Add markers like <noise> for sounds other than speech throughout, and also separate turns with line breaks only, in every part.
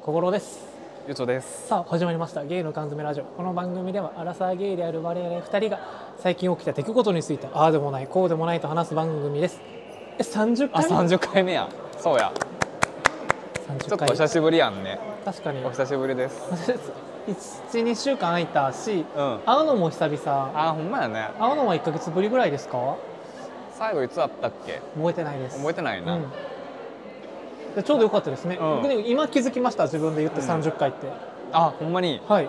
小五郎です
ゆうちょです。
さあ始まりましたゲイの缶詰ラジオこの番組ではアラサーゲイである我々2人が最近起きた出来事についてああでもないこうでもないと話す番組ですえ30
あ、
回
三十回目や。そうや。ち
30
ょっとお
回
久しぶりやんね。
確かに
お久しぶりです。
12週間空いたし
うん。
会うのも久々
あ、ほんまやね。
会うのは1か月ぶりぐらいですか
最後いつだったっけ？
覚えてないです
覚えてないな。
うんでちょうどよかったですね、
うん
僕ね今気づきました自分で言って
うん
30回って、
あ、ほんまに。
はい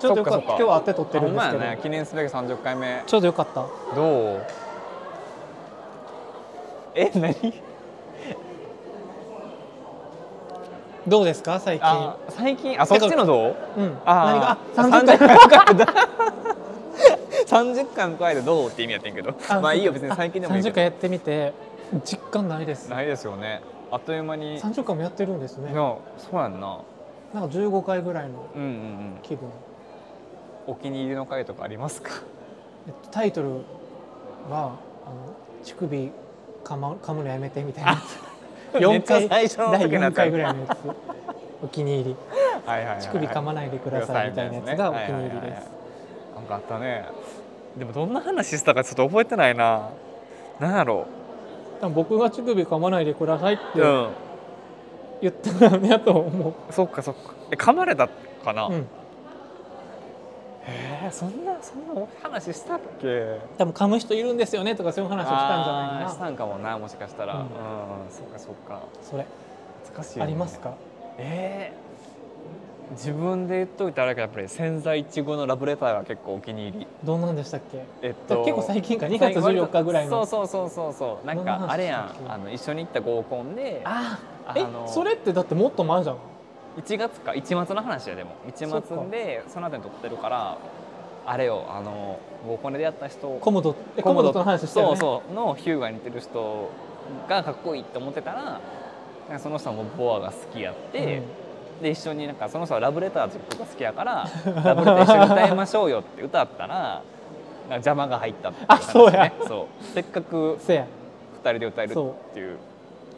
ちょうどよか
そ
っ
ったかそ
今
っか
日は当て取っ
あ
て
ほ
るん
ん
で
ますや
けど、
ね。記念すべき三十回目。
ちょうどよかった
どう？え、何？
どうですか最近
あ、最近あそっちのどう？
うん何があ
あー、
30回
回迎え <laughs> た。三十回迎えてどうって意味やってんけど。 <laughs> まあいいよ別に最近でもいいけ
30回
ど。
やってみて実感ないです
ないですよね。あっという間に。いや、
30回もやってるんですねなんか
そうやんな。
15回ぐらいの
うんうんうん。
気分
お気に入りの回とかありま
<laughs>
すか？
えっとタイトルはあの「乳首かま噛むのやめて」みたいなやつ
めっ
四
ちゃ
回
最初の
第
時のや
4
つや
回ぐらいのやつお気に入り
はいはいはいはい
乳首噛まないでくださいみたいなやつがお気に入り
はい
で
はいはいはい
す
なんかあったねでもどんな話したかちょっと覚えてないななんやろ
多分僕が乳首噛まないでくださいって
ううん
言ったらやと思う、
そっかそっかえ噛まれたかな、
うん、
えーそんなそんな話したっけ
多分噛む人いるんですよねとかそういう話をしたんじゃない
あー
か
し
な
たんかもなもしかしたら
う
うんん、そっかそっか
それ
難しいよね
ありますか
えー自分で言っといたらあれやけどやっぱり千載一遇のラブレターが結構お気に入り
どうなんでしたっけ
えっ
じゃあ結構最近か2月14日ぐらいの
そうそうそうそうそうなん
どんな
か
話
あれ
し
や
たっけ
んあの一緒に行った合コンで
あ
あ
え
の
それってだってもっと前じゃん
1月か1月の話やでも
そっ
1
か
月でその後に撮ってるからあれよあの合コンで出会った人
コモドえコモドとの話してる
そ
ね
うそうのヒューが似てる人がかっこいいって思ってたらなんかその人もボアが好きやって、で一緒になんかその人はラブレターズが好きやからラブレター一緒に歌いましょうよって歌ったらなんか邪魔が入ったっていう話、ね、
あそうや
そうせっかく
うんせや
2人で歌えるっていう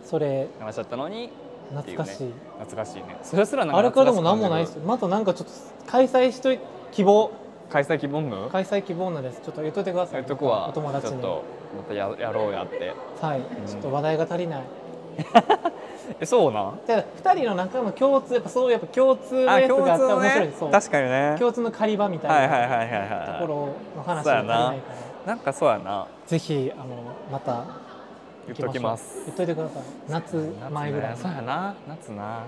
それ
話だったのに
懐かしい、
懐かしいねそれすらなん
あれからでも何
懐
もない
か
で
し
す
く
またなんかちょっと開催しとい希望
感じる開催希望ム
開催希望なんですちょっと言っといてくださ
そう
い
いうとこは
お友達
ちょ
に
っとまたややろうやって
はい
ん
ちょっと話題が足りない
えそうなん
ただ2人の中の共通やっぱそうやっぱ共通のやつがあったら面白いそう
確かにね
共通の狩り場みた
はい
い
はい
な
はいはい
と
はい
ころの話
そ
が
うや
足りな
ない
から
なんかそうやな
ぜひあのまた
言っときます
行きしょう言っといてください夏前ぐらい
夏ねそうやな夏な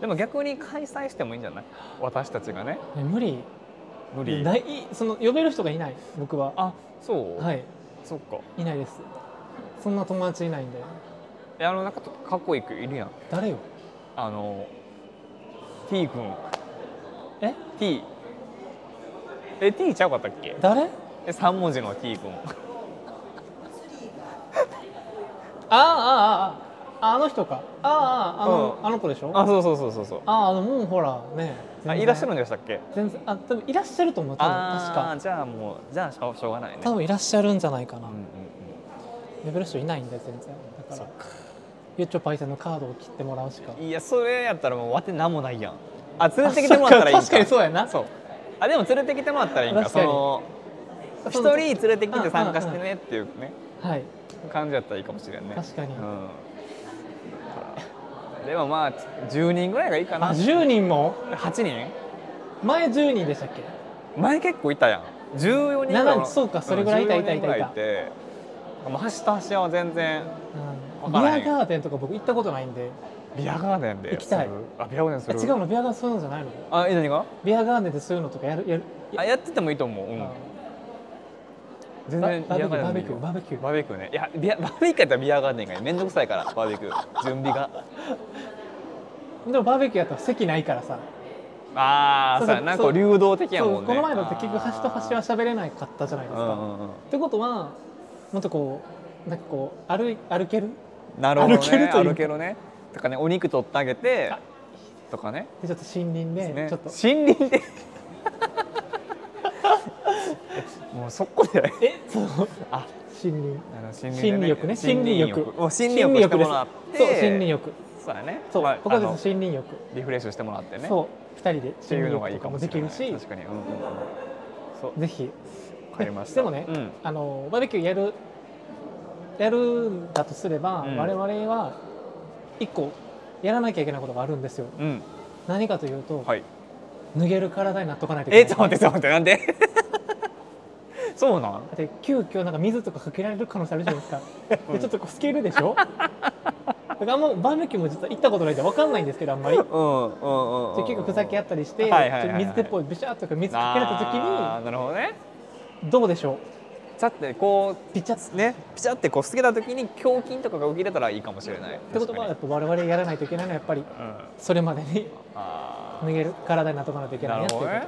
でも逆に開催してもいいんじゃない私たちがね
え無理
無理
ないその呼べる人がいない僕は
あそう、
はい
そっか
いないですそんな友達いないんで
えあのなんかかっこいい子いるやん
誰よ
あの T 君
え
T え T ちゃうかったっけ
誰
え三文字の T 君
あああああああの人かあああああの、
うん
あの子でしょ
あそうそうそうそうそう
ああのもうほらね
あいらっしゃる
の
んでしたっけ
全然あ多分いらっしゃると思う多分確
あ
か
ーじゃあもうじゃあしょうしょうがないね
多分いらっしゃるんじゃないかな、
うんうんうん
呼べる人いないんで全然だからゆっちょぱいさんのカードを切ってもらうしか
いやそれやったらもうわて何もないやんあ連れてきてもらったらいいん
あそっか確かにそうやな
そうあでも連れてきてもらったらいいんか
確か
そ
に
の一
そ
人
の
連れてきて参加してねっていうね
はい
感じやったらいいかもしれんね
確かに
うんでもまあ10人ぐらいがいいか
あ
な
10人も
8人
前10人でしたっけ
前結構いたやん14人ぐらい
7そうかそれぐらいいたいたいたいた
いてまあ端と端は全然
うん
わ
ビア
から
ガ
へん
ーデンとか僕行ったことないんで
ビアガーデンで
行きたい
するあビアガーデンす
え
る
違うのビアガーデンそういうのじゃないの
あえ何が
ビアガーデンでそういうのとかやるやるや
あやっててもいいと思う、うん
あ
全
バ
然
バーベキューバー
で
ベ
もい
キ
い
ュー
よ
バーベキュー
バーベキューねいやビアバーベキューやったらビアガーデンがいいめんどくさいからバーベキュー準備が
でもバーベキューやったら席ないからさ
あ
そうそ
あ
う
さなん
そ
か
う
流動的や
そ
も
う
んね
この前だって結局端と端は
し
喋れなかったじゃないですか、ってことはもっとこうなんかこう歩い歩ける
なるほどね
歩けるというか
歩けるねとかねお肉取ってあげてとかね
でちょっと森林で、
ね
ちょっと
森林でえ <laughs> もうそこじゃない
えそう森
あ
林
あの森
森林浴ね
森
森林
林
浴
浴もう森林浴してもらっ
森林浴ですそう森
て
林浴
そうだね
そう、
まあ
ここで
あの
す森林浴、
リフレッシュしてもらってね
そう2人で
ってい
森
う
林
の
浴
がい
と
いか
か
も
も
し
で
れ
き
な
る
い
し
確かにうんうんうんそう
ぜひ
わかりました
でもね
うん
あのバーベキューやるやるんだとすれば、
うん
我々は1個やらなきゃいけないことがあるんですよ
うん
何かというと、
はい
脱げる体になっとかないとい
え
け
ち
な
ょ
い
っと待ってちょっと待ってなん
<laughs>
でそうなん
だって急遽なんか水とかかけられる可能性あるじゃないですか
うん
でちょっとこうスケールでしょだからあんまバーベキューも実は行ったことないんで分かんないんですけどあんまり
うんうんうんうん
で結構ふざけ合ったりして、
はいはいはいはい
ちょっと水鉄砲ビシャーとか水かけられた
あ
時
ーなるほどね
にどうでしょ
さてこ
うピチャッ
うねピチャってこうすけた時に胸筋とかが浮き出たらいいかもしれないっ
ってことはやっぱ我々やらないといけないのはやっぱり
うん
それまでに
あ
脱げる体になっとかないとい
ー
けな
ない
な
る
っていう
ほ
こ
ど
と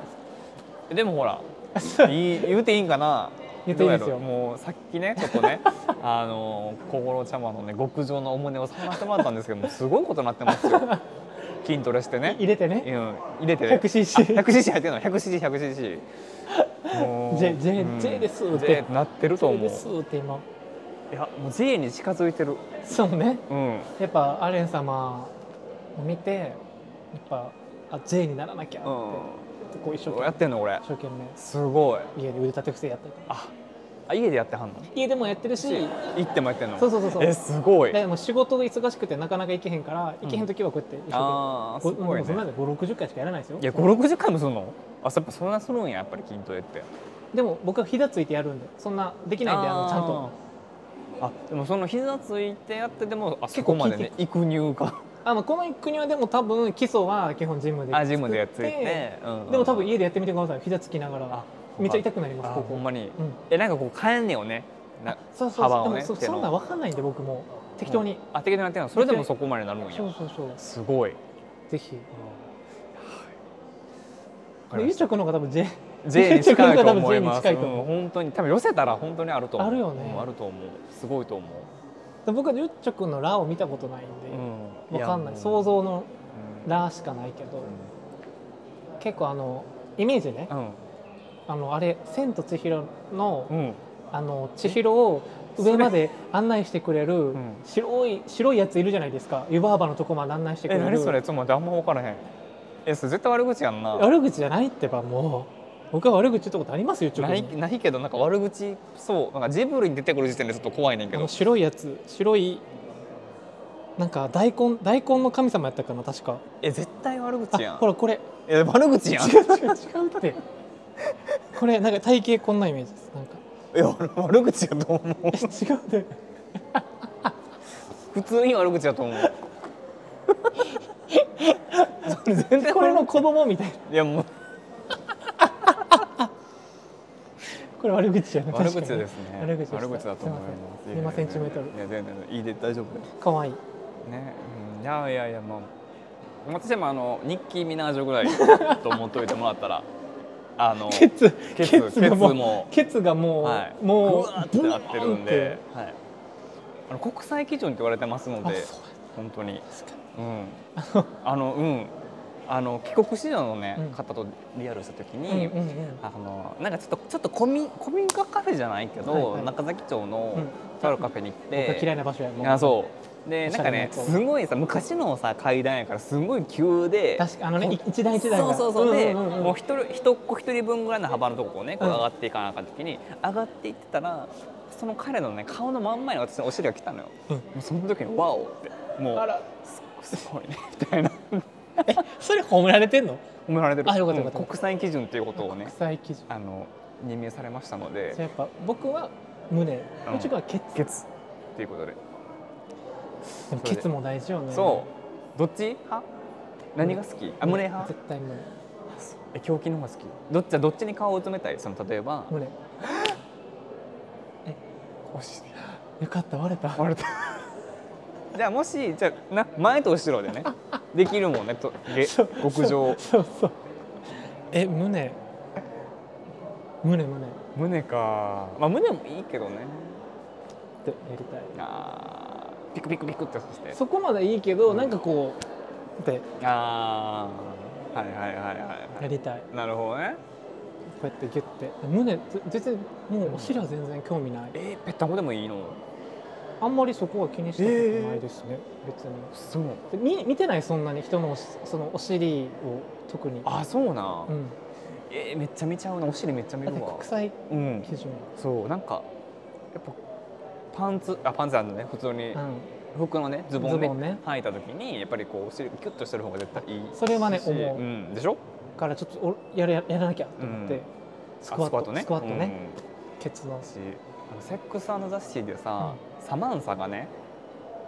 ねでもほ
<laughs>
らいい言うていいんかな
言っていいですよ
どうやろうもうさっきねちょっとね <laughs> あの小五郎ちゃまのね極上のお胸を探してもらったんですけどもうすごいことになってますよ
<laughs>
筋トレしてね
入れて
う
ね
ん入れて
100cc
100cc 入ってるの 100cc100cc も
J- J-
うん
J ですって
J ってなってると思う
ですって今
いやもう J に近づいてる
そうね
うん
やっぱアレン様を見てやっぱあ J にならなきゃって、
う
こう一生
ん
懸
や
命
ってんの俺
一生懸命
すごい
家で腕立て伏せやったりとか
ああ家でやってはんの
家でもやってるし
行ってもやってんの
そうそうそうそう
えすごい
でもう仕事が忙しくてなかなか行けへんから行けへん時はこうやって一生懸命
ああす
ごも
ご
う
い
そんな
ね
で5 6 0回しかやらないですよ
いや五六十回もするのあやっぱそんなするんややっぱり筋トレって
でも僕は膝ついてやるんでそんなできないんであのちゃんと
あーあでもその膝ついてやってでもあ
結
そ
構
こまでね育乳か
あのこの国はでも多分基礎は基本ジムで
あジムでやっ
作
ついて、うん
でも多分家でやってみてください膝つきながらめっちゃ痛くなります
あ
こ
ほん
こ
まに
うん
えなんかこう変えんねよねな
そうそう
幅
そう
を
でも
ね
そ
手の
そんなん分かんないんで僕も適当に
あ適当にやってんのそれでもそこまでなるん
そう
や
そうそう
すごい
ぜひ
わか
で
りま
癒
した
着の方が多分 J
J に近いと思いま
多分 J に
す、
近
う
い
ん
と思う、
本当に多分寄せたら本当にあると思う
あるよね
うんあると思うすごいと思
で <laughs> 僕はゆっちょくんの「ラ」を見たことないん
う、
で、
うん、
わかんない
や
想、像の「
うん
ラ」しかないけど、結構あのイメージね、
うん
あのあれ「千と千尋の」
うん
あの千尋を上まで案内してくれる
ん
白い白いやついるじゃないですか湯婆婆のとこまで案内してく
え
れる
何それちょっと待ってあんま分からへんえそれ絶対悪口やんな
悪口じゃないってばもう僕は悪口言ったことありますよちょっと
ないないけどなんか悪口そうなんかジブリに出てくる時点でちょっと怖いねんけ
あ
ど
の白いやつ白いなんか大根大根の神様やったかな確か
え絶対悪
あ
口やん
ほらこれ <laughs>
え悪口やん
違う違う違うってこれなんか体型こんなイメージですなんか
いや俺悪口やと思う
え違うで
普通に悪口やと思うそれ全然
これ
悪
の子供みたいない
やもう
これ悪口じゃない
悪口
確かに
ですね
悪口でした
だと思います
すいません2センチメートル
いや全然いいで大丈夫です
可愛い
ね、うん、いやいやいやもう私でもあのニッキー・ミナージュぐらいと思っといてもらったら <laughs> あの
ケツ
ケツ
ケツがも
ケツ
う
も
ケツがもう、
はい、
もう
ぐわーってなって
ブワ
るん
ーンっ
で
て、
はい、あの国際基準って言われてますの
あ
で
そう
本当に、うん、あのうんあの帰国子女のね、
うん
方とリアルした時
うんうん
に、
うん
あのなんかちょっとちょっと古民古民家カフェじゃないけど、
はいはい
中崎町
う
の
ん
とあるカフェに行っ
僕が
て、
嫌いな場所やもん
あそうで
おし
な
ゃれなや
んかね
つを
すごいさ昔のさ階段やからすごい急で
確かあのねい一台一台
そう
が
そうそうで、
んんんん
もう一人一っ子一人分ぐらいの幅のとこをねこう
うん
上がっていかなあかった時に、上がっていってたらその彼のね顔の真ん前に私のお尻が来たのよ、
うん
もうその時に「ワオ!」ってもう
あら
すすごいね <laughs> みたいな
それ褒められてんの
褒められてる
あよかったよかった
うん国際基準ということをね
国際基準
あの任命されましたので
じゃあやっぱ僕は胸
うん
もちろんケツ
ケツっていうことで、
でもケツも大事よね
そうどっち派何が好き、あ胸派
絶対胸
え胸筋の方が好きどっちじゃあどっちに顔を埋めたいその例えば
胸
お尻
よかった割れた
割れたじゃあもしじゃあな前と後
<laughs>
ろでねできるもんねとげ
そう
極上
<laughs> そうそうそうえ胸胸胸っ
胸かまあ胸もいいけどね
てやりたい
あーピクピクピクってさせて
そこまでいいけどなんかこうで
ああはいはいはいはい
や
は
りたい
いなるほどね
こうやってギュッて胸ぜ全然もうお尻は全然興味ない
えー、ぺったんこでもいいの
あんまりそこは気にしたことないですね、別に
そう
で見見てないそんなに人のおしそのお尻を特に
あそうなん、
うん、
えーめっちゃ見ちゃうなお尻めっちゃ見
だ
る
って
わ
国際
うん
基準、
そうなんかやっぱパンツあパンツあるのね普通に
うん、
服のねズボン
ズ
ね
ボンね
履いた時にやっぱりこうお尻キュッとしてる方が絶対いいし、
それはね思うん
でしょ
からちょっとおやるややらなきゃと思って、
うん
スクワット
あ
スクワットね、
うん
決断
私あのセックスアンドザシティでさ、サマンサがね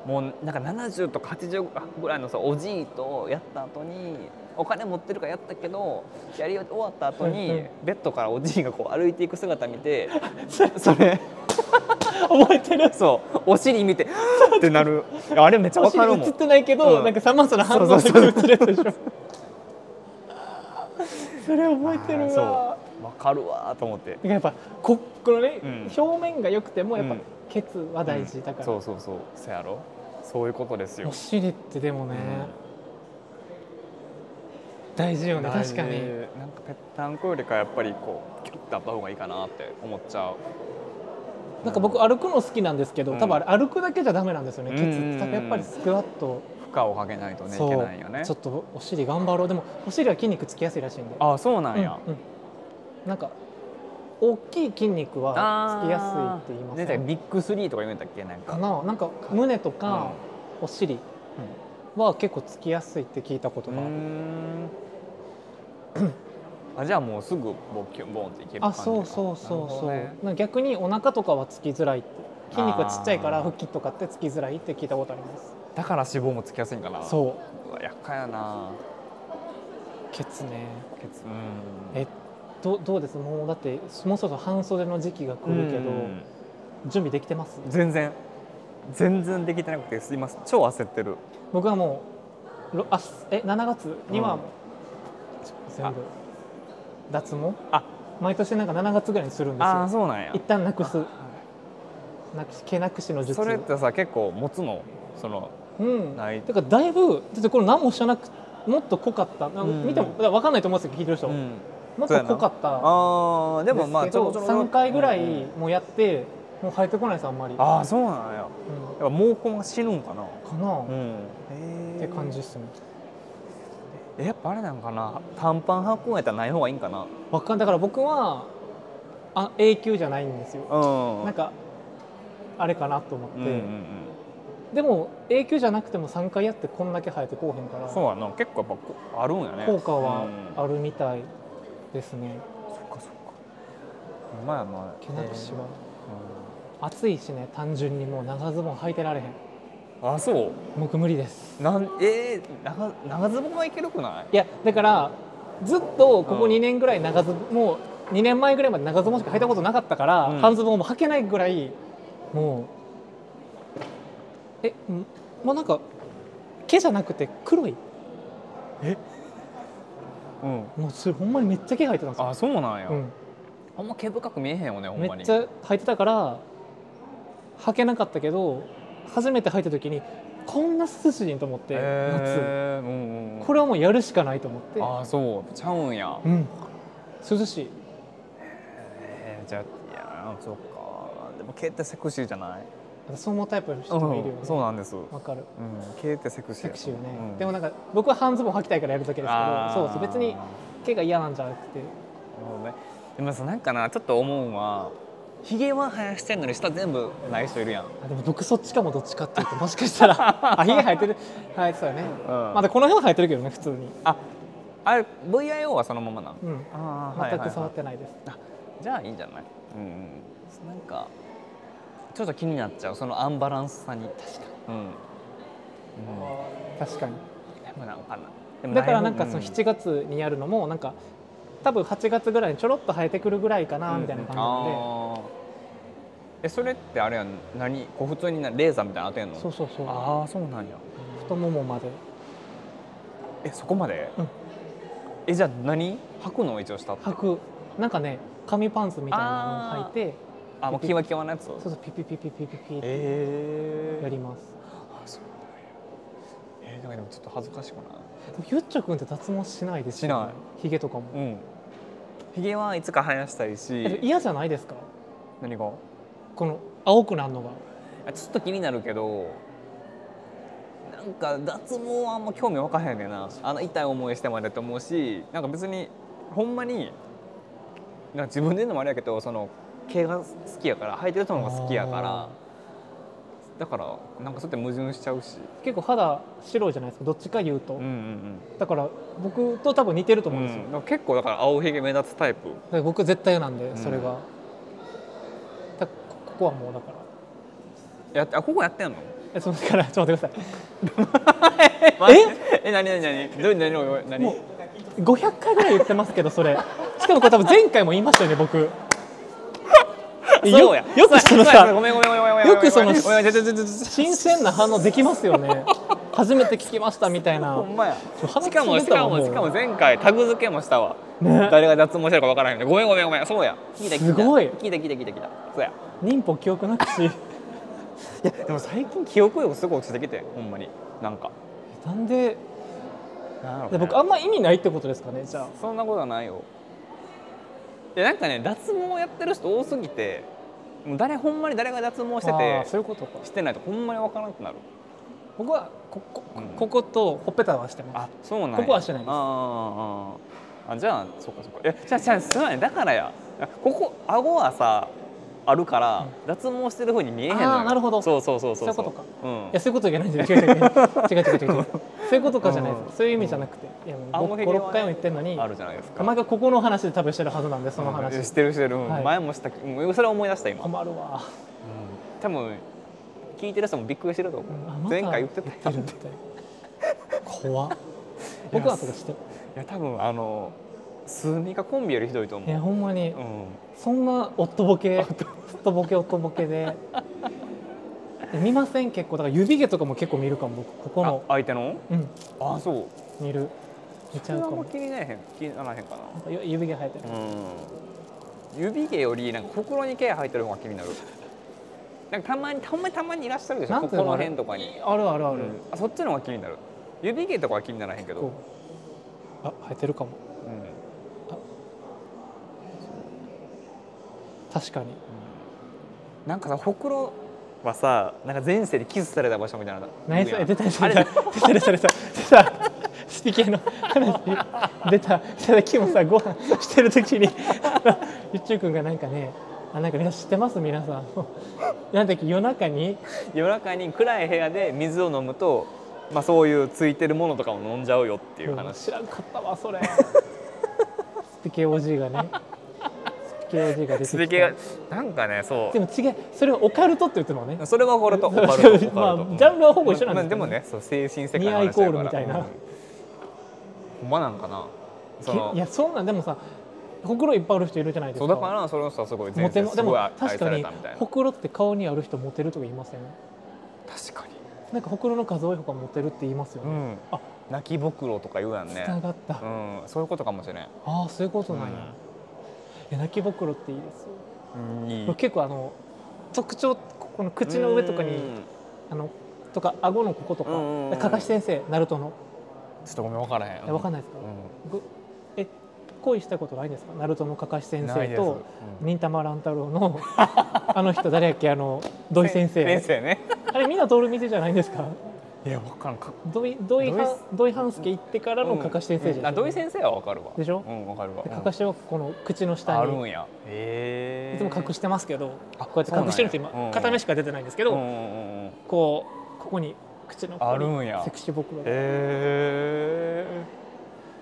もうなんか70とか80ぐらいのさおじいとやった後にお金持ってるからやったけどやり終わった後に、
うんうん
ベッドからおじいがこう歩いていく姿
<laughs>
見てそれ <laughs>
覚えてる
そうお
<laughs>
尻見てってなるあれめっちゃ
お
わか
尻
るも
映っ
ん
てないけど、
うん
なんかサマンサの反応す
そう
ぐ
そ
映
うそ
る
う
でしょ <laughs> それ覚えてるわ
あーそうわかるわーと思って
だからやっぱここのね、
うん
表面が良くてもやっぱ、
うん
ケツは大事だから、
そうそうそうそやろそういうことですよ
お尻ってでもね、大事よね確かに
なんかぺったんこよりかやっぱりこうキュッとあった方がいいかなって思っちゃう
なんか僕歩くの好きなんですけど、
うん
多分あれ歩くだけじゃダメなんですよね、ケツ
うんうんうん
だからやっぱりスクワット、
負荷をかけないとねいけないよね
ちょっとお尻頑張ろうでもお尻は筋肉つきやすいらしいんで
あそうなんや、
うんうんなんか大きい筋肉は
あー
つきやすいって言います
ね
よ
ビッグスリーとか言うんだっけなん
か
か
ななんか胸とかお尻は結構つきやすいって聞いたこと
う
がある、
んあじゃあもうすぐボキュンボンっていける感
あ
じ
そうそうそうそう、
なるほどね
なんか逆にお腹とかはつきづらいって筋肉がちっちゃいから
あー
腹筋とかってつきづらいって聞いたことあります
だから脂肪もつきやすいんかなう
そう
わやっかやな
ケツね
ケツうん
えどうどうですもうだってもうそろそろ半袖の時期が来るけど、
うん
準備できてます
全然全然できてなくてすいません超焦ってる
僕はもうろあすえ7月にはもう全部脱毛
あ
毎年なんか7月ぐらいにするんです
ああ
よ
そうなんや
一旦なくすなくし毛なくしの術
それってさ結構持つのその
うん
ない
だからだいぶだってこれ何もしてなくもっと濃かったなんか
うん
見てもだから分かんないと思うんですけど聞いてる人は、
ん
もっと濃かった
ああ
で
でもまあ
ちょ3回ぐらいもうやって、もう生えてこないですあんまり、うん、か
ああそうなんややっぱ毛根が死ぬんか
な、
なう
っ
ん
て感じですね
えやっぱあれなんかな短パン履くんやったらない方がいいんかな
わかんだから僕はあ永久じゃないんですよ
うん
なんかあれかなと思って、
うんうんうん
でも永久じゃなくても3回やってこんだけ生えてこうへんから
そうやな結構やっぱこあるんやね
効果は
うん
あるみたいですね、
そっかそっかほんまやな
毛なくしは、
う
暑いしね単純にもう長ズボン履いてられへん
んあそう
僕無理です
なんえー、長長ズボンはいけるくない
いやだからずっとここ
うん
2年ぐらい長ズボン、もう2年前ぐらいまで長ズボンしか履いたことなかったから、
うん
半ズボンも履けないぐらいもうえんもうなんか毛じゃなくて黒い
うん
もうそれほんまにめっちゃ毛生えてたんですよ
あそうなんや、
う
あんま毛深く見えへんよねほんま
ん、め
に
っちゃ履いてたから履けなかったけど初めて履いた時にこんな涼しいんと思って、
えーうんうん、
夏これはもうやるしかないと思って
ああそうちゃうんや、
うん涼しい
えー、じゃあいやーそっかでも毛ってセクシーじゃない
そう思うタイプの人もいるよね、
そうなんです、うん、
わかる
毛ってセクシー
セクシーよね、
うん
でもなんか僕は半ズボン履きたいからやるだけですけ
あ
ど
ー
そうそう別に
なる
毛が嫌なんじゃなくて
ほどねでもさなんかなちょっと思うんはひげは生やしてんのに下全部ない人いるやん、うん、
あでも僕そっちかもどっちかっていうともしかした
<laughs>
らあひげ生えてる生えてたよね、ま
ま
だこの辺は生えてるけどね普通に、
ああれ VIO はそのままなん
うん、
あーはい
全
は
く
いは
触
い
ってないです、
じゃあいいんじゃないうんうんなんかちょっと気になっちゃうそのアンバランスさに確かにうん、うん、
確かに
でもなんかなでも
だからなんかその
い
7月にやるのもなんか多分8月ぐらいにちょろっと生えてくるぐらいかなみたいな感じなんで、
あーえそれってあれやん何こう普通になレーザーみたいなの当てんの
そうそうそう
ああそうなんや
太ももまで
えそこまで、
うん
えじゃあ何履くの一応したって
履くなんかね紙パンツみたいなのを履いて
あもうキワキワのやつ
そうそうピピピピピピピって
え
やります
あそうなんやえーなんかでもちょっと恥ずかしくない
でもゆっちょくんって脱毛しないですよね
し
ひげとかも
うんひげはいつか生やしたい
えでも
し
嫌じゃないですか
何が
この青くなるのが
あちょっと気になるけどなんか脱毛はあんま興味わかへんねんなあの痛い思いしてまでと思うしなんか別にほんまになんか自分で言うのもあれやけどその毛が好きやから生えてる人の方が好きやから
あ
だからなんかそうやって矛盾しちゃうし
結構肌白いじゃないですかどっちか言うと、
うんうんうん
だから僕と多分似てると思うんですよ、
うん、だから結構だから青ひげ目立つタイプ
だから僕絶対嫌なんで
ん
それが、だこここはもうだから
やってあここやってんの
えそのだからちょっと待ってくださ
え <laughs> ええ何何何どう何何
いも
何
う500回ぐらい言ってますけどそれしかもこれ多分前回も言いましたよね僕
そうや
よ <laughs> よくその
そうやそう
さ
やごめんごめんごめんごめん
よくその
ごめんごめんごめんちょちょちょちょ
新鮮な反応できますよね初めて聞きましたみたい
ほ
なん
まや
鼻
しかも
つ
し
ぶった
か
わもう
もしかも前回タグ付けもしたわ、
ね
誰が脱毛してるかわからへんけどごめんごめんごめんそうや聞いた聞いた
すごい
聞いた聞いた聞いた聞いたそうや
忍法記憶なくし
いやでも最近記憶力すごい落ちてきてほんまになんか
なんで
なんやろう
で
ね
僕あんま意味ないってことですかねじゃあ
そんなことはないよいやなんかね脱毛やってる人多すぎてもう誰ほんまに誰が脱毛して
あーそ
て
ういうことか
してないとほんまにわからなくなる
僕はこここ
うん
こことほっぺたはしてます
あそうなんや
ここはしてないです
あーあーあーあじゃあそっかそっかえじゃあじゃあすまんだからやあここ顎はさあるから、脱毛してる風に見えへんのよ
あーなるほど
そうそうそうそう
そういうことか
うん
いやそういうことじゃないんですよ違う違う違う違う違う違う違うそういうことかじゃないで
うん
すそういう意味じゃなくていやもう
あもう平気はね
56回も言ってるのに
あるじゃないですか
お前がここの話で多分してるはずなんでその
うん
話
してるしてる、うん
はい
前もしたきもうそれ思い出した今、うん、
困るわ
多分聞いてる人もびっくりしてると思
うんあ
う、
また
前回言ってた
言
やん
ってるみたい怖っ僕はとかして
いや多分あのスミカコンビよりひどいと思、
いうやほんまに
うん、
そんな夫ボケ夫ボケ夫ボケでで見ません結構だから指毛とかも結構見るかも僕ここ
あ
の
相手の
うん
あーそう
見る見
そ
ちゃ
れ
うか
はあん
も
ま気にならへん気にならへんかな
なんか指毛生えてる
うん指毛よりなんか心に毛が生えてる方が気になるなんかたまにたまにたまにいらっしゃるでしょ
な
こ
んてい
こ
うの
の
あれ
辺とかに、
あるあるあ
う
る、
んあそっちの方が気になる指毛とかは気にならへんけ
こ
ど、
うあ生えてるかも
うん
確かに
なんかさほくろはさなんか前世でキスされた場所みたいな
ナイス
言うや
え
ん
出た出
あ
た
れ
出た出た出た出た出たスピ系の話出た出たキもさご飯してる時にあのゆっちゅうくんがなんかねあなんかね知ってます皆さんなんだっけ夜中に
夜中に暗い部屋で水を飲むと、まあ、そういうついてるものとかも飲んじゃうよっていう
うん
話、
知らんかったわそれスピ系おじいがねスピ系おじいが出てきた
すべきがなんかねそ
でも違うそれはオカルトって言ってるのね
うそれはこれ
<laughs>
とオカルトオカルト、
まあ
うん
ジャンルはほぼ一緒なん
ま
です
あで
けど
も
ね
ねそう精神世界
ニ
の
ア
話
イ
だから
コールみたいな
うんほんまなんかなそ
けい
の
やそうなんでもさほくろいっぱいある人いるじゃないです
そ
か
うだからその人はすごい
モ
全
テ
然
も
す
でも
ごい愛
確
さ
か
れ
に
たみたいな
ほくろって顔にある人モテるとか言いません
確かに
なんかほくろの数多い方がモテるって言いますよ
う
ね、
ん
あ
泣きぼくろとか言うやんね
繋がった、あ
うんそういうことかもしれん
あーそういうことなんや、
うん
いや泣きぼくろっていいですよ
うんいい
僕結構あの特徴ここの口の上とかに
うん
あのとか顎のこことか、
うんうんうん
かかし先生ナルトの
ちょっとごめん分からへん
えわかんな
な
いですか、僕え恋したことないですかナルトのかかし
い
先
な
生
いです
と
うん
忍たま乱太郎の <laughs> あの人誰やっけあの土井先生
先生ね
あれみんな通る店じゃないんですか
いや分からんか
土井土井
土井
は土井半助行ってからのかかし先生じゃな
あ
いですか
土井先生は分かるわ
でしょ
うん分かるわ
でかかしはこの口の下
ある
に
んやへえ
いつも隠してますけど
あ
こうやって隠してるんですよ
そうなん
今
やうん
片目しか出てないんですけ
うんう
ど
んうん
こうここに口のここに
あるんや
セクシー袋が
へ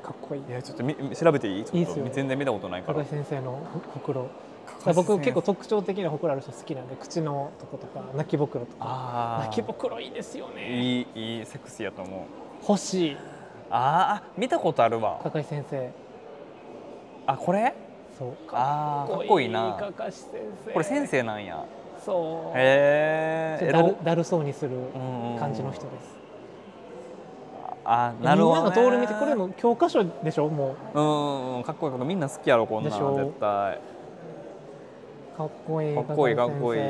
かっこいい
えいやちょっとみ調べていいちょっと
いいっすよ
全然見たことないか
か
ら
かし先生のほほくろ
かかし
僕
先生
結構特徴的なほくろある人好きなんで口のとことか泣きぼくろとか
あ
泣きぼくろいいですよ
あ
ね
いいいいセクシーやと思う
欲しい
あーあ見たことあるわ
かかし先生
あこれ
そう
あーかっこいいな
かかし先生
これ先生なんや
そう
へ
ち
え
ょっとだるだるそうにする感
感
じの人です
あ
みん
な
な
るほどね
が通る道これも教科書でしょも
うんうんかっこいいことみんな好きやろこんなん
でしょ
絶対
うかっこいい
かっこい
高橋先生
いかっこいい
で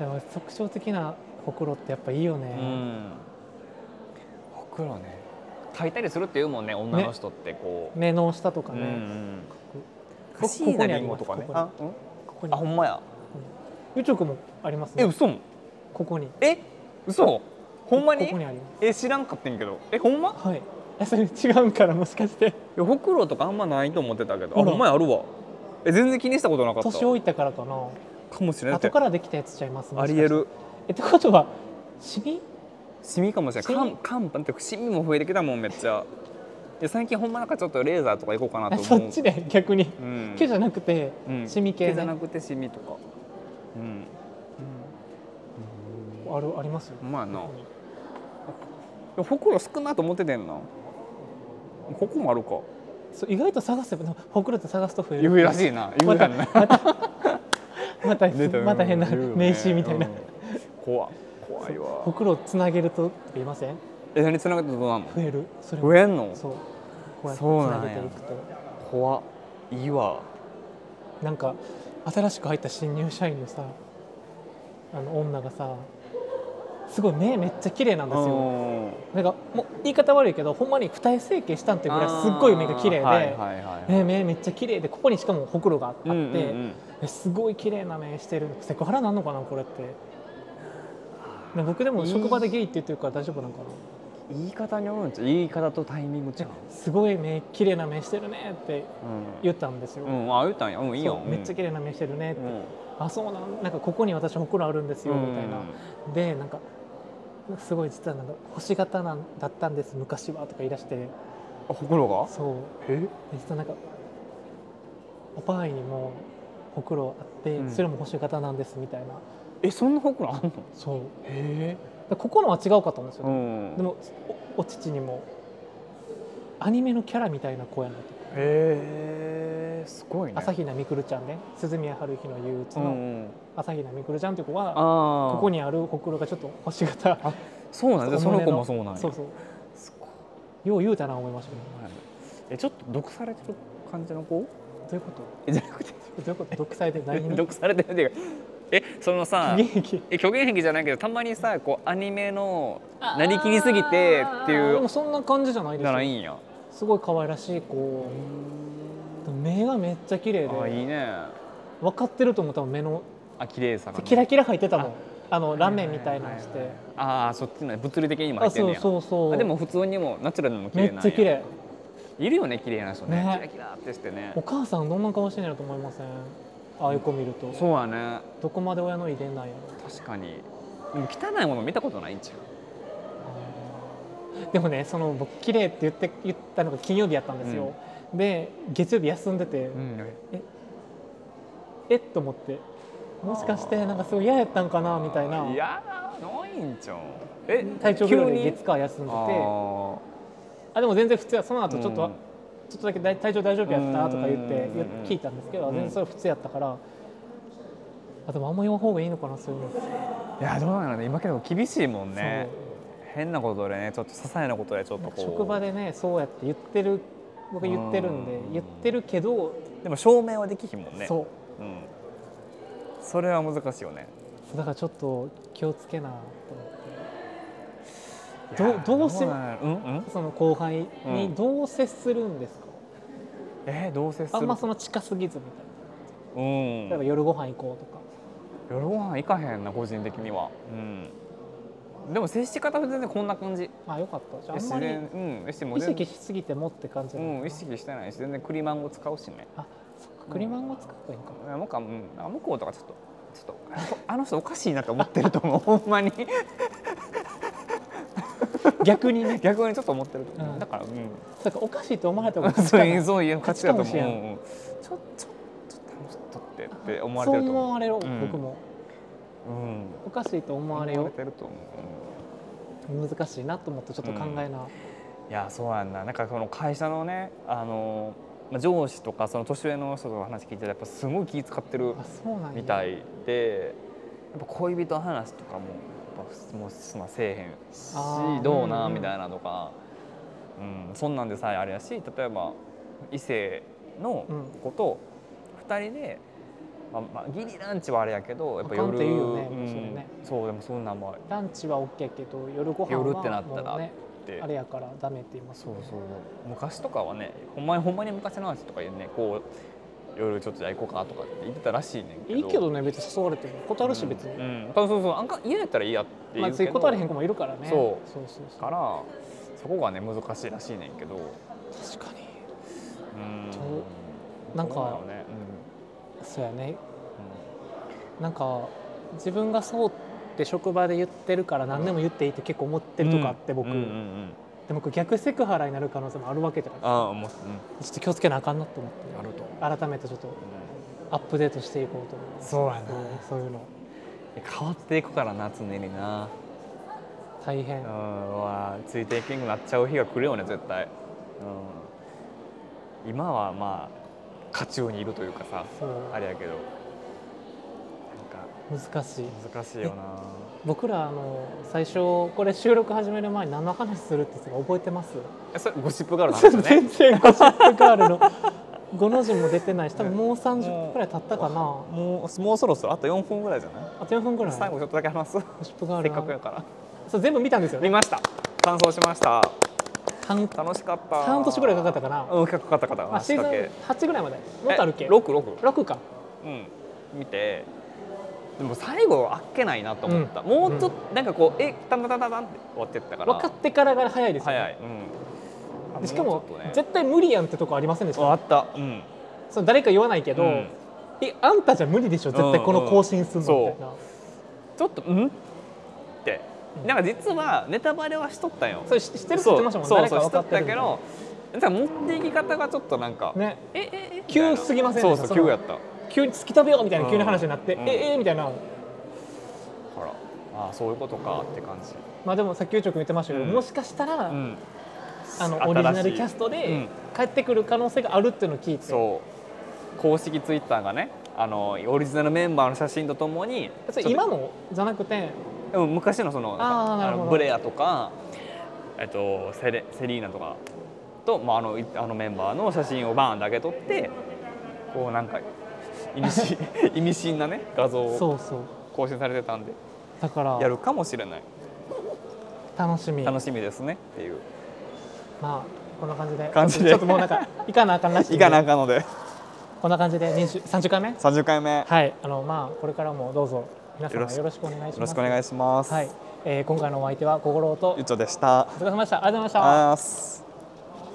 も特徴的なほくろってやっぱいいよ
う
ね、
んほくろね書いたりするっていうもんね女の人ってこう、
目の下とか
うん
ね、
うん
僕
シーナ
ここにあ
リ
り
ン
ま
ゴ
す
とかね
ここに
あ,、うん、
ここに
あほんまや
宇宙くもあります
え
ね
嘘も
ここに
え嘘ほんまに
ここにあります
え知らんかったんやけどえほんま
はいえそれ違うんからもしかして
いやほくろとかあんまないと思ってたけど
ほ
あ
ら
ほんまやあるわえ全然気にしたことなかった
年
か
老いたからかな
もしれない
後からできたやつちゃいます
ありえ
もしかして
る
えってことはシミ
シミかもしれない
シ
か
ミ
んかんぱんってシミも増えてきたもんめっちゃで最近ほんまなんかちょっとレーザーとか行こうかな
あ
と
<laughs> そ
思う
っちで逆に
うん
毛じゃなくて
うん
シミ系
毛
ね
じゃなくてシミとかうん
あるありますよ
ほんまあな
うん
ほくろ少なと思っててんなここもあるか
そう意外と探せばほくろって探すと増える
指らしいな指
また
らしい
ま
な
たまた
出た
また変な
うん言うよね
名刺みたいな
うん怖怖いわ
ほくろつなげるとって言いません
え何つながってどうなの
増えるそれも
増えんの
そうこうやってつ
そうな
なん
や
げていくと
怖いいわ
なんか新しく入った新入社員のさあの女がさすごい目めっちゃ綺麗なんですよ
うん
なんかもう言い方悪いけどほんまに二重整形したんっていうぐらいすっごい目が綺麗で、
はいはいはい
ね目めっちゃ綺麗でここにしかもほくろがあって、
うんうんうん
えすごい綺麗な目してるセクハラなんのかなこれってで僕でも職場でゲイって言ってるから大丈夫なんかな
言い方によるんちゃう言い方とタイミングちゃう
すごい目綺麗な目してるねって言ったんですよ、
うん、うん、あ言ったんやうんいいや
そ
ん
うめっちゃ綺麗な目してるねって、
うん
あそうなんなんかここに私ほくろあるんですよみたいな、でなんかすごい実はなんか星型なんだったんです昔はとか言い出して
あほくろが
そう
え
で実はなんかおパイにもほくろあって、
うん
それも星型なんですみたいな
えそんなほくろあんの
そう
へ
でここのは違うかったんですよ、
うん
でもおお父にもアニメのキャラみたいな子やなと、
へえすごいね
朝比奈みくるちゃんね鈴宮春日の憂鬱
う
の
んうん
朝比奈みくるちゃんという子は、
ああ
ここにあるほくろがちょっと星型
あそうなんだ
お
その
胸
子もそうなんや
そうそう
すごい
よう言うたな思いましたけど
えちょっと毒されてる感じの子
どういうこと
えじゃなくて
どういうこと独裁で何
<laughs>
に
毒されてるっていうかえそのさ
現役
え虚言癖じゃないけどたまにさこうアニメのなりきりすぎてって
あーで
い
も
う
そんな感じじゃないです
ならいい
よ
んや
すごい可愛らしい子でも目がめっちゃ綺麗
あい
で
いね
分かってると思ったもん目の
あ綺麗さがね
キラキラ入ってたもんあのラメみたいなのし
はは
て
ははああそっちの物理的に今入
あ
ってん
そ
ね
う
や
そうそう
あでも普通にもナチュラルなの綺
め
麗
っ
なん
ちゃ
や
綺麗
いるよね綺麗な人ね
ね
キラキラってしてね
お母さんどんな顔してんやろと思いませんああいう子見ると
そうやね
どこまで親の遺伝なんやろ
確かにでも汚いもの見たことないんちゃう
でもねその僕綺麗って言って言ったのが金曜日やったんですよ、で月曜日休んでて、
うん
えっと思ってもしかしてなんかすごい嫌やったんかなみたいない
やないんちゃうえ
体調不良
急
で
に
月火休んでて
あ
あ
ー
でも全然普通やその後ちょっと、
うん
ちょっとだけ大体調大丈夫やったとか言って
うんうんうんうん
聞いたんですけど
うん
全然それ普通やったからあでもあんま言わん方がいいのかなそういうの
いやどうなのね今けど厳しいもんね
そう
変なことでねちょっと些細なことでちょっ
な
と
んか
こう
職場でねそうやって言ってる僕言ってるんで
うん
言ってるけど、
でも証明はできひんもんね、
そう
ん、それは難しいよね
うだからちょっと気をつけなと思って
いや
どうどうし
なんやろうんうん
その後輩
う
に
ん
どう接するんですか、
えー、どうせする
あんまその近すぎずみたい
うん
な例えば夜ご飯行こうとか
夜ご飯行かへんな個人的にはうんでも接し方は全然こんな感じ
あよかったじゃああん
自
まり
然うんえしも
意
う全
識しすぎてもって感じ
う
なのかなん
意識してないし全然クリマンゴ使うしね
あそっか栗マンゴー使っていいのか
なんか、うん、あ向こうとかちょっとちょっとあの <laughs> あの人おかしいなと思ってると思う <laughs> ほんまに
な逆にね
逆にちょっと思ってると思う、
うん
だからう
そうかおかしいと思われた方
ん
が価値
<laughs> そう
観
いう
が
そういう価値だと
価値
思う、う
観を
んうんちょちょちょっとあの人ってって思われ
そ
て
う
ると
思
思
われる、
うん
僕も
う、うん、
おかしいと思われ
思わ
よ
れてると思う、うん
難しいなと思ってちょっと考えな、
いやそうやんななんかその会社のねあのまあ上司とかその年上の人とか話聞いてたらやっぱすごい気使ってる
あそうなんや
みたいでやっぱ恋人の話とかもやっぱもうすまあせえへん
あー
しどう
うん
な
うん
みたいなとか、うん、そんなんでさえあれやし例えば異性の
うん
子と2人で、まあまあ、ギリランチはあれやけどやっぱ
あかん
夜
って言うよね
うん
それね
そうでもそんなんもあっ
ランチは OK やけど夜ご飯は
夜ってなったら
もうね
て
あれやからダメって言います
そ
よ
う
ね
そう昔とかはねほんまにほんまに昔の話とか言うねこう夜ちょっとじゃあ行こうかとかって言ってたらしいねんけど
いいけどね別に誘われても断るし別に、
うん、そうそうそうあんか家だったらいいやって
ま
言
あ
う
つ
け
い
ど、
断れへん子もいるからね
そう
そうそうそう
からそこがね難しいらしいねんけど
確かに
うん
そうなんか
どうろうね
そうやね
う
なんか自分がそうって職場で言ってるから何でも言っていいって結構思ってるとこあって
ん
僕、
うんうんうん
でも僕逆セクハラになる可能性もあるわけじゃないで
ああもう、
すかちょっと気をつけなあかんなと思っ
うん、
て
なると思う、
改めてちょっとアップデートしていこうと思います
そうやな
そういうの
変わっていくからな常にな
大
う
変
んわあついていけんくなっちゃう日が来るよね絶対、うん、今はまあ渦中にいるというかさ
そう
あれやけどなんか
難しい
難しいよな
僕らあの最初これ収録始める前に何の話するって言ってたか覚えてます
えそれゴシップガールなんで
<laughs>
すよね
全然ゴシップガールの5の字も出てないし多分もう30分くらい経ったかな
もうもうそろそろあと4分ぐらいじゃない
あと4分くらい
最後ちょっとだけ話す
ゴシップガー
せ
ル
っ
な
かくやから
そう全部見たんですよ
見
ね
ました感想しました
半
楽しかった
半年ぐらいかかったかな
うんかかったかかった
あシーズン8ぐらいまでもっとあるっけ
六六
6か
うん見てでも最後あっけないなと思った、もうちょっと、なんかこうえタンタンタンタンって終わってったから
分かってからが早いですよね
早い、うん、
でしかも
うちょっとね
絶対無理やんってとこありませんでし
終わ
た
ったうん
その誰か言わないけど、
うん
えあんたじゃ無理でしょ絶対この更新するのみたいな、
ちょっとうんって
うん
なんか実はネタバレはしとったんよ
それ知知ってるって言ってましたもん
そう
誰
そ
か
うそ
分
うしと
かって
った
るみた
け
い
どなんか持っていき方がちょっとなんか、
なね
えええ
急
みたいな
すぎませんで
そ
し
う
た
そう
その
急やった
急に突き飛べよみたいな急
う
なん話になって、
うん
ええみたいな
ほらああそういうことかって感じ、
まあでもさっきゆうちょくん言ってましたけど、
うん
もしかしたら、
うん、
あの
新しい
オリジナルキャスト
う
で
ん
帰ってくる可能性があるっていうのを聞いて、
そう公式ツイッターがねあのオリジナルメンバーの写真とともに
それ今のじゃなくて
うん昔のその
あーなるほど
のブレアとか、えっと、セレセリーナとかと、まあ、あのいあのメンバーの写真をバーンだけ撮ってこうなんか意味深 <laughs> 意味深なね画像を
そうそう
更新されてたんで
だから
やるかもしれない
楽しみ
楽しみですねっていう
まあこんな感じで
感じで
ちょっともうなんかいかなあかんらしいん
い
で
かなあかんので
こんな感じで20 30回目
30回目よ
はいあのまあこれからもどうぞ皆様
よろし
よろしくお願いします
ろしくお願いします、
はい、えー、今回のお相手は心と
ゆっちょでしたありがと
お疲れ
う
様でしたありがとうございました
ございます